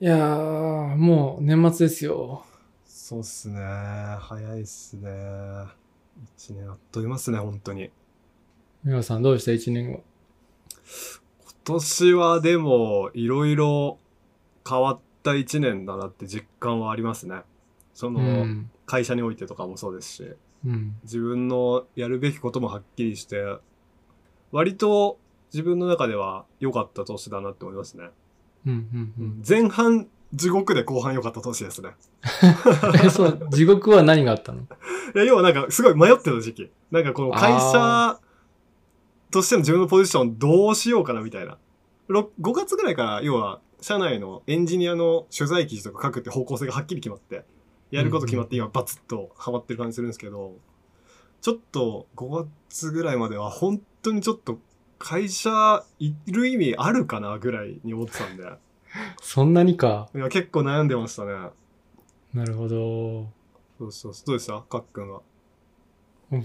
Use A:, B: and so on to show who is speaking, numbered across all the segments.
A: いやー、もう年末ですよ。
B: そうっすね。早いっすね。一年あっという間っすね、本当に。
A: ミロさんどうでした ?1 年後。
B: 今年はでも、いろいろ変わった一年だなって実感はありますね。そうの、
A: ん。
B: 会社においてとかもそうですし、
A: うん。
B: 自分のやるべきこともはっきりして、割と自分の中では良かった年だなって思いますね。
A: うん。うん。
B: 前半地獄で後半良かった年ですね。
A: うん。え、そう、地獄は何があったの
B: いや、要はなんか、すごい迷ってた時期。なんかこの会社としての自分のポジションどうしようかなみたいな。ろ5月ぐらいから、要は、社内のエンジニアの取材記事とか書くって方向性がはっきり決まって、やること決まって今バツッとハマってる感じするんですけど、ちょっと5月ぐらいまでは本当にちょっと会社いる意味あるかなぐらいに思ってたんで、
A: そんなにか。
B: いや結構悩んでましたね。
A: なるほど。
B: そうそうそう。どうでしたかっくんは。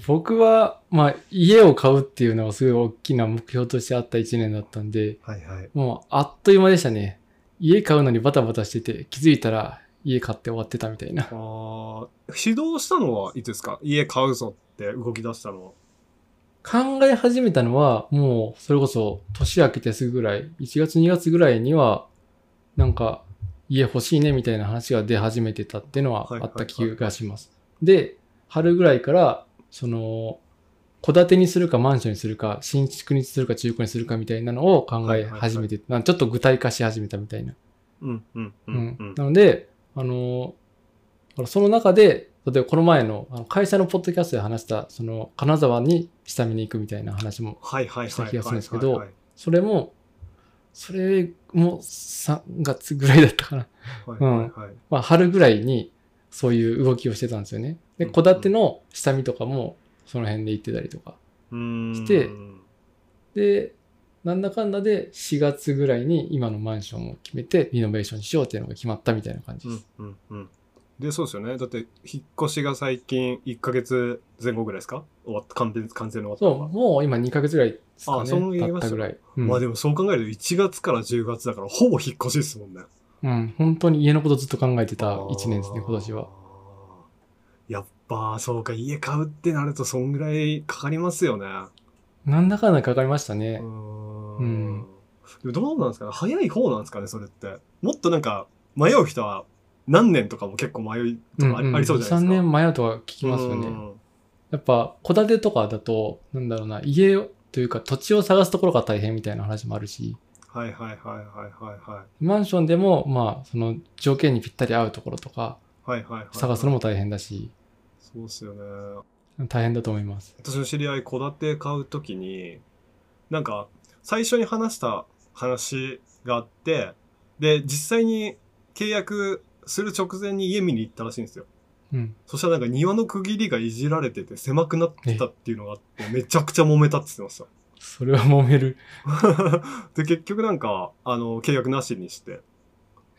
A: 僕は、まあ、家を買うっていうのがすごい大きな目標としてあった1年だったんで、
B: はいはい。
A: もうあっという間でしたね。家買うのにバタバタしてて、気づいたら家買って終わってたみたいな。
B: ああ、指導したのはいつですか家買うぞって動き出したのは。
A: 考え始めたのは、もう、それこそ、年明けてすぐぐらい、1月2月ぐらいには、なんか、家欲しいねみたいな話が出始めてたっていうのは
B: はいは
A: あ
B: いはい
A: った気がします。で、春ぐらいから、その、戸建てにするかマンションにするか、新築にするか中古にするかみたいなのを考え始めて、なんかちょっと具体化し始めたみたいな。
B: うんうんう
A: うんん
B: うん。
A: なので、あのだからその中で、例えばこの前のあの会社のポッドキャストで話した、その金沢に下見に行くみたいな話も、
B: はいはいはいはい。
A: した気がするんですけど
B: はい
A: それも、それも3月ぐらいだったかな。
B: はいはいはい。
A: まあ春ぐらいにそういう動きをしてたんですよね。で、
B: うん
A: 戸建ての下見とかもその辺で行ってたりとか。
B: うーん。
A: してで、なんだかんだで4月ぐらいに今のマンションを決めてリノベーションしようっていうのが決まったみたいな感じ
B: う
A: です。
B: んうんうん。で、そうですよね。だって、引っ越しが最近1ヶ月前後ぐらいですか終わった、完全、完全に終
A: そ
B: わ
A: う、
B: ったのは。
A: もう今2ヶ月ぐらいですか
B: あ
A: ね。
B: そんな言い
A: 経
B: ま
A: っ
B: した
A: た
B: か
A: ぐらい。うん、
B: まあでもそう考えると1月から10月だからほぼ引っ越しですもんね。
A: うん、本当に家のことずっと考えてた1年ですね、
B: あー
A: 今年は。。
B: やっぱ、そうか、家買うってなるとそんぐらいかかりますよね。
A: なんだかんだかかりましたね。
B: うー
A: うん
B: んでもどうなんですかね早い方なんですかねそれって。もっとなんか、迷う人は何年とかも結構迷いとかあり,、ありそうじゃないですか。
A: 3年前とか聞きますよ
B: う
A: ね。
B: ん
A: やっぱ、戸建てとかだと、なんだろうな、家というか土地を探すところが大変みたいな話もあるし、
B: はいはいはいはいはいはい。
A: マンションでも、まあ、その条件にぴったり合うところとか、
B: はいはいはい、
A: 探すのも大変だし、
B: そうっすよね。
A: 大変だと思います。
B: 私の知り合い、戸建て買うときに、なんか、最初に話した話があって、で、実際に契約する直前に家見に行ったらしいんですよ。
A: うん。
B: そしたらなんか庭の区切りがいじられてて狭くなってたっていうのがあって、めちゃくちゃ揉めたって言ってました。
A: それは揉める。
B: で、結局なんか、あの、契約なしにして、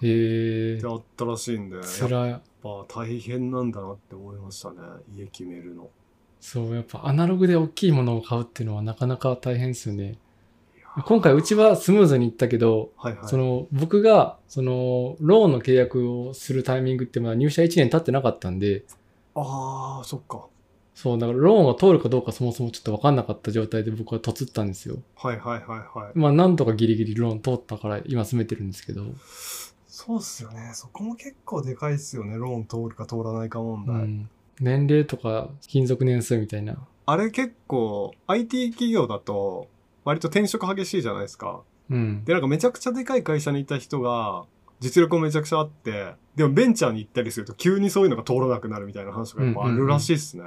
A: へえ
B: やったらしいんで、やっ
A: ー、辛い。
B: ぱ大変なんだなって思いましたね。家決めるの。
A: そう、やっぱアナログで大きいものを買うっていうのはなかなか大変ですよね。今回うちはスムーズにいったけど、
B: はいはい。
A: その僕がそのローンの契約をするタイミングってまだ入社1年経ってなかったんで、
B: あー、そっか。
A: そう、だからローンが通るかどうかそもそもちょっと分かんなかった状態で僕はとつったんですよ。
B: はいはいはいはい。
A: まあなんとかギリギリローン通ったから今住めてるんですけど、
B: そうっすよね。そこも結構でかいっすよね。ローン通るか通らないか問
A: う
B: 題。
A: ん年齢とか勤続年数みたいな。
B: あれ結構、IT 企業だと、割と転職激しいじゃないですか。
A: うん。
B: で、なんかめちゃくちゃでかい会社にいた人が、実力もめちゃくちゃあって、でもベンチャーに行ったりすると急にそういうのが通らなくなるみたいな話がやっぱあるらしいっすね。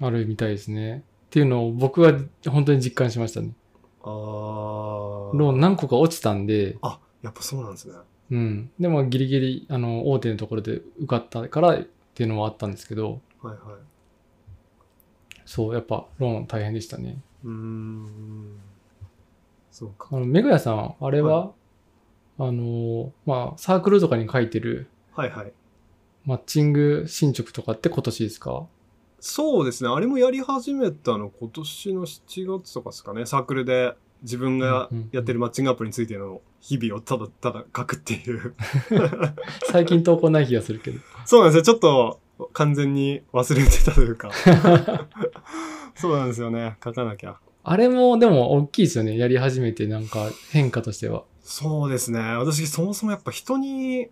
A: あるみたいですね。っていうのを僕は本当に実感しましたね。
B: あー
A: ローン何個か落ちたんで、
B: あ、やっぱそうなんですね。
A: うん。でもギリギリ、あの、大手のところで受かったからっていうのはあったんですけど、
B: はいはい。
A: そう、やっぱローン大変でしたね。
B: うーん。そうか。
A: あの、メガヤさん、あれは、あの、まあ、サークルとかに書いてる
B: はいはい。
A: マッチング進捗とかって今年ですか
B: そうですね。あれもやり始めたの今年の7月とかですかね。サークルで自分が
A: うんうんうん
B: やってるマッチングアプリについての日々をただただ書くっていう。
A: 最近投稿ない気がする けど。
B: そうなんですよ。ちょっと完全に忘れてたというか。そうなんですよね。書かなきゃ。
A: あれも、でも、大きいですよね。やり始めて、なんか、変化としては。
B: そうですね。私、そもそもやっぱ人に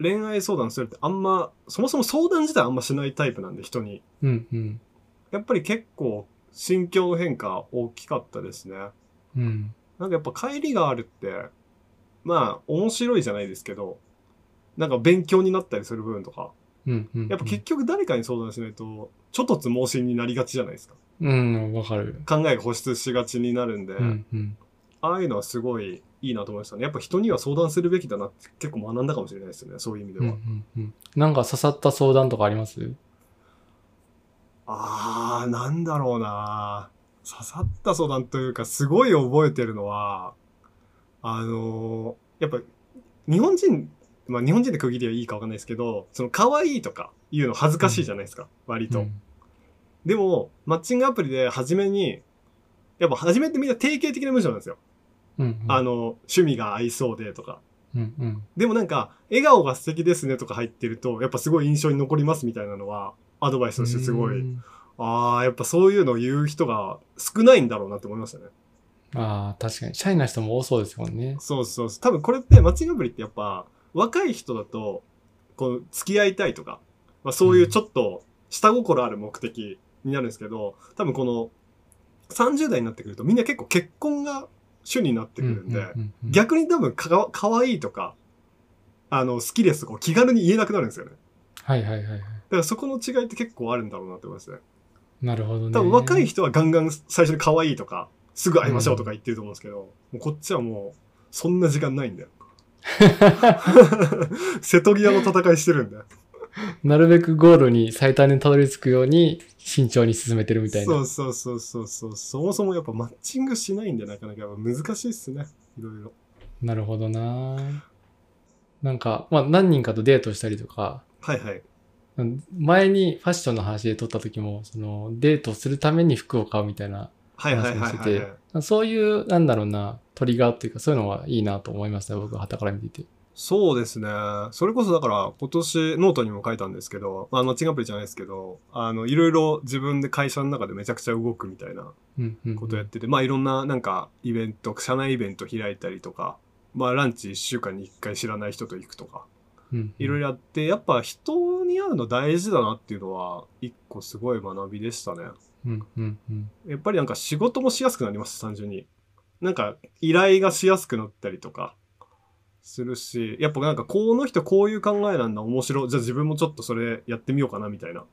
B: 恋愛相談するってあんま、そもそも相談自体あんましないタイプなんで、人に。
A: うん、うん。
B: やっぱり結構、心境の変化大きかったですね。
A: うん。
B: なんかやっぱ帰りがあるって、まあ、面白いじゃないですけど、なんか勉強になったりする部分とか、
A: うん、うん。
B: やっぱ結局誰かに相談しないと、ちょっとつ盲信になりがちじゃないですか。
A: うん、わかる。
B: 考えが固執しがちになるんで、
A: うん、うん。
B: ああいうのはすごいいいなと思いましたね。やっぱ人には相談するべきだなって結構学んだかもしれないですよね。そういう意味で
A: うん、う
B: は。
A: ん。うんなんか刺さった相談とかあります
B: あー、なんだろうな刺さった相談というか、すごい覚えてるのは、あのーやっぱ、日本人、まあ日本人で区切りはいいかわかんないですけど、その可愛いとか言うの恥ずかしいじゃないですか、割と。
A: うん
B: でも、マッチングアプリで初めに、やっぱ初めってみんな定型的な文章なんですよ。
A: うん。
B: あの、趣味が合いそうでとか。
A: うん、うん。
B: でもなんか、笑顔が素敵ですねとか入ってると、やっぱすごい印象に残りますみたいなのは、アドバイスとしてすごい、
A: うん。
B: ああ、やっぱそういうのを言う人が少ないんだろうなって思いましたね。
A: ああ、確かに。シャイな人も多そうですもんね。
B: そうそうそう。多分これってマッチングアプリってやっぱ、若い人だと、こう、付き合いたいとか、まあそういうちょっと下心ある目的になるんですけど、多分この30代になってくるとみんな結構結婚が主になってくるんで、
A: うううん、
B: 逆に多分かわかわいいとか、あの、好きですとかを気軽に言えなくなるんですよね。
A: はいはいはいはい。
B: だからそこの違いって結構あるんだろうなって思いますね。
A: なるほどね。
B: 多分若い人はガンガン最初に可愛いとか、すぐ会いましょうとか言ってると思うんですけど、もうこっちはもう、そんな時間な いんだよ。瀬戸際の戦いしてるんだよ。
A: なるべくゴールに最短でたどり着くように慎重に進めてるみたいな。
B: そうそうそうそうそう。そもそもやっぱマッチングしないんでなかなかやっぱ難しいっすね。いろいろ。
A: なるほどななんか、まあ何人かとデートしたりとか、
B: はいはい。
A: うん前にファッションの話で撮った時も、そのデートするために服を買うみたいな、
B: はいはいはいはい、
A: 話し
B: は
A: てて
B: い。
A: そういう、なんだろうな、トリガーっていうかそういうのはいいなと思いました、僕は旗から見ていて。
B: そうですね。それこそだから今年ノートにも書いたんですけど、まあマッチングアプリじゃないですけど、あの、いろいろ自分で会社の中でめちゃくちゃ動くみたいな
A: うんうんうん、
B: ことやってて、まあいろんななんかイベント、社内イベント開いたりとか、まあランチ1週間に1回知らない人と行くと
A: うん
B: か、
A: うん
B: いろいろやって、やっぱ人に会うの大事だなっていうのは、一個すごい学びでしたね。
A: うんうんうん
B: やっぱりなんか仕事もしやすくなります、単純に。なんか依頼がしやすくなったりとか。するし、やっぱなんかこの人こういう考えなんだ面白い。じゃあ自分もちょっとそれやってみようかなみたいな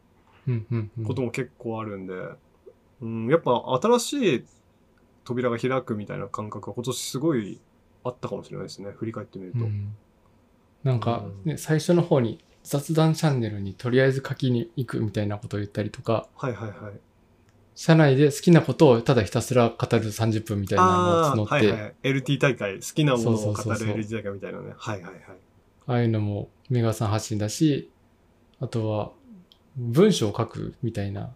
A: うんうんうん
B: ことも結構あるんで、うん、やっぱ新しい扉が開くみたいな感覚は今年すごいあったかもしれないですね。振り返ってみると。
A: うんなんか、ね、最初の方に雑談チャンネルにとりあえず書きに行くみたいなことを言ったりとか、
B: はいはいはい。
A: 社内で好きなことをただひたすら語る30分みたいな
B: あ
A: の
B: あ
A: を募って、
B: ー、はいはい。LT 大会、好きなものを語る
A: そうそうそうそう
B: LT 大会みたいなね。はいはいはい。
A: ああいうのもメガさん発信だし、あとは文章を書くみたいな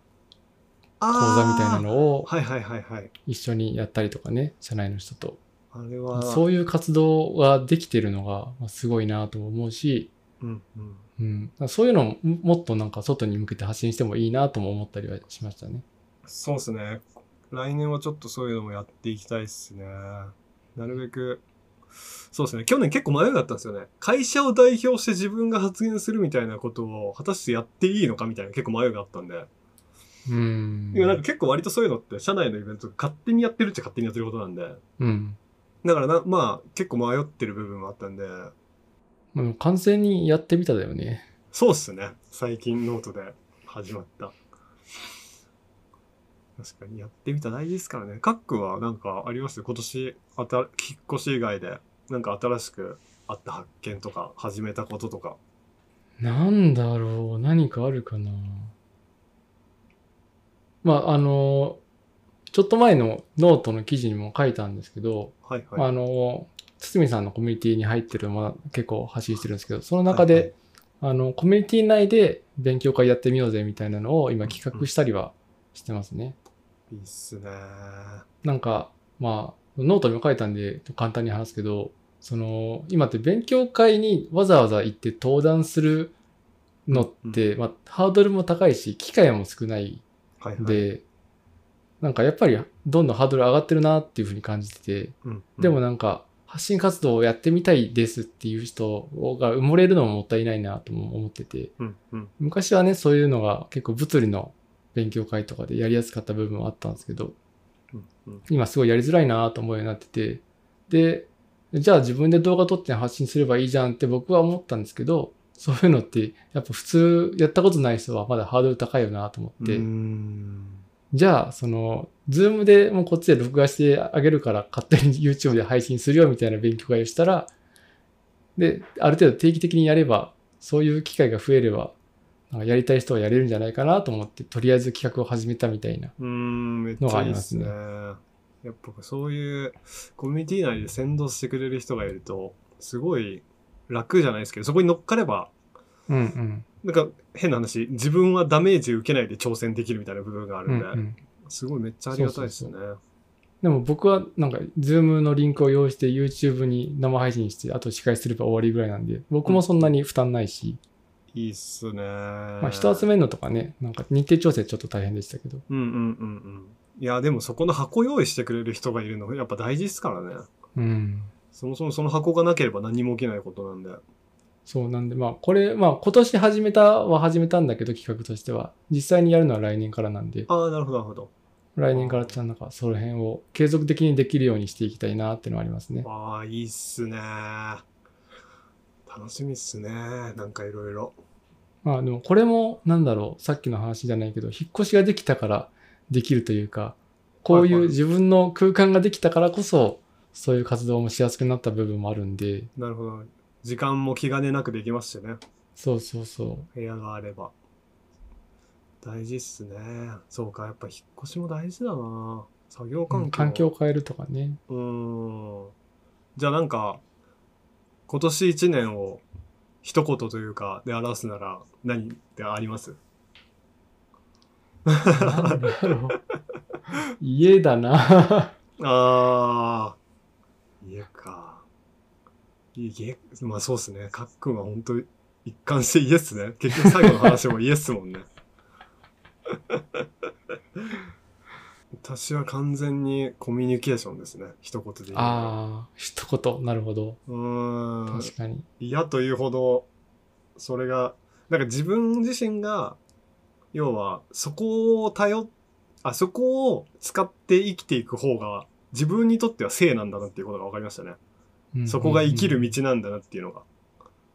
A: 講座みたいな
B: の。
A: のを
B: はいはいはいはい。
A: 一緒にやったりとかね、社内の人と。
B: あれは、
A: そういう活動ができてるのがまあすごいなとも思うし、
B: うんうん。
A: うん、そういうのももっとなんか外に向けて発信してもいいなとも思ったりはしましたね。
B: そうですね。来年はちょっとそういうのもやっていきたいですね。なるべく。そうですね。去年結構迷いだったんですよね。会社を代表して自分が発言するみたいなことを果たしてやっていいのかみたいな結構迷いがあったんで。
A: うん。
B: いやなんか結構割とそういうのって社内のイベント勝手にやってるっちゃ勝手にやってることなんで。
A: うん。
B: だからな、まあ結構迷ってる部分もあったんで。
A: まあでも完全にやってみただよね。
B: そうっすね。最近ノートで始まった。確かにやってみたら大事ですからね。カックはなんかあります今年あた、引っ越し以外で、なんか新しくあった発見とか、始めたこととか。
A: なんだろう、何かあるかな。まあ、あの、ちょっと前のノートの記事にも書いたんですけど、
B: はいはい。
A: あの、堤さんのコミュニティに入ってるのは結構発信してるんですけど、その中で、
B: はいはい
A: あの、コミュニティ内で勉強会やってみようぜみたいなのを今企画したりはしてますね。
B: いいっすね。
A: なんか、まあ、ノートにも書いたんで簡単に話すけど、その、今って勉強会にわざわざ行って登壇するのって、まあ、ハードルも高いし、機会も少ない
B: はいはい。
A: で、なんかやっぱりどんどんハードル上がってるなっていうふうに感じてて、
B: うん、
A: でもなんか発信活動をやってみたいですっていう人が埋もれるのももったいないなとも思ってて、
B: うん、うん、
A: 昔はね、そういうのが結構物理の勉強会とかでやりやすかった部分はあったんですけど、
B: うん、うん。
A: 今すごいやりづらいなと思うようになってて、で、じゃあ自分で動画撮って発信すればいいじゃんって僕は思ったんですけど、そういうのって、やっぱ普通やったことない人はまだハードル高いよなと思って、
B: うーん
A: じゃあ、その、ズームでもうこっちで録画してあげるから勝手に YouTube で配信するよみたいな勉強会をしたら、で、ある程度定期的にやれば、そういう機会が増えれば、なんかやりたい人はやれるんじゃないかなと思って、とりあえず企画を始めたみたいな。
B: うーん、めっちゃいいですね。やっぱそういうコミュニティ内で先導してくれる人がいると、すごい楽じゃないですけど、そこに乗っかれば、
A: うんうん。
B: なんか変な話、自分はダメージ受けないで挑戦できるみたいな部分がある
A: うん
B: ん
A: う
B: で、
A: ん
B: すごいめっちゃありがたいですね。
A: でも僕はなんか、ズームのリンクを用意して YouTube に生配信して、あと司会すれば終わりぐらいなんで、僕もそんなに負担ないし、
B: いいっすね。ま
A: まあ人集めるのとかね、なんか日程調整ちょっと大変でしたけど。
B: うんうんうんうん。いや、でもそこの箱用意してくれる人がいるの、やっぱ大事ですからね。
A: うん。
B: そもそもその箱がなければ何も起きないことなんで。
A: そうなんで、まあこれ、まあ今年始めたは始めたんだけど、企画としては。実際にやるのは来年からなんで、
B: ああ、なるほど、なるほど。
A: 来年からちゃんなんかその辺を継続的にできるようにしていきたいなっていうのはありますね。
B: ああ、いいっすね。楽しみっすね。なんかいろいろ。
A: まあでもこれも、なんだろう、さっきの話じゃないけど、引っ越しができたからできるというか、こうい
B: はいうはい
A: 自分の空間ができたからこそ、そういう活動もしやすくなった部分もあるんで、
B: なるほど。時間も気兼ねなくできますしね。
A: そうそうそう。
B: 部屋があれば。大事っすね。そうか、やっぱ引っ越しも大事だな。作業環境。
A: 環境を変えるとかね。
B: うーん。じゃあなんか、今年一年を一言というかで表すなら何ってあります
A: なんだろう。家だな。
B: ああ、家か。家、まあそうっすね。かっくんは本当一貫して家っすね。結局最後の話も家っすもんね。私は完全にコミュニケーションですね。一言で言えば
A: ああ、一言、なるほど。
B: うーん。
A: 確かに。
B: 嫌というほど、それが、なんか自分自身が、要は、そこを頼っ、あ、そこを使って生きていく方が、自分にとっては正なんだなっていうことが分かりましたね。
A: うん
B: そこが生きる道なんだなっていうのが、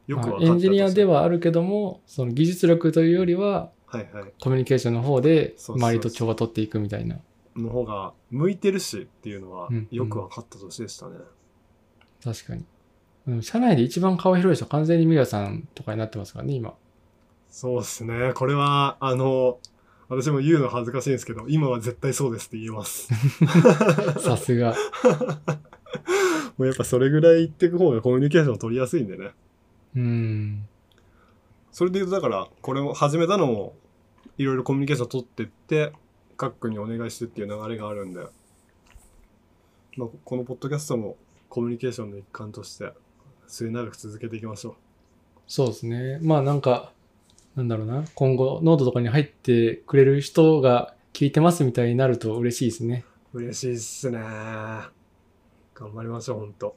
B: よく分かった
A: まあエンジニアで
B: は。
A: はあるけども、その技術力というよりは、
B: はいはい。
A: コミュニケーションの方で、
B: そうそうそう
A: 周りと調和取っていくみたいな。
B: の方が、向いてるしっていうのは
A: うん、
B: よく分かった年でしたね。
A: 確かに。うん社内で一番顔広い人、完全にミラさんとかになってますからね、今。
B: そうですね。これは、あの、私も言うの恥ずかしいんですけど、今は絶対そうですって言 えます。
A: さすが。
B: もうやっぱそれぐらい言ってく方がコミュニケーション取りやすいんでね。
A: うん。
B: それで言うとだから、これを始めたのも、いろいろコミュニケーション取ってって、カックにお願いしてっていう流れがあるんで、まあ、このポッドキャストもコミュニケーションの一環として、末永く続けていきましょ
A: そうですね。まあなんか、なんだろうな。今後、ノートとかに入ってくれる人が聞いてますみたいになると嬉しいですね。
B: う。嬉しいっすね。頑張りましょう、ほんと。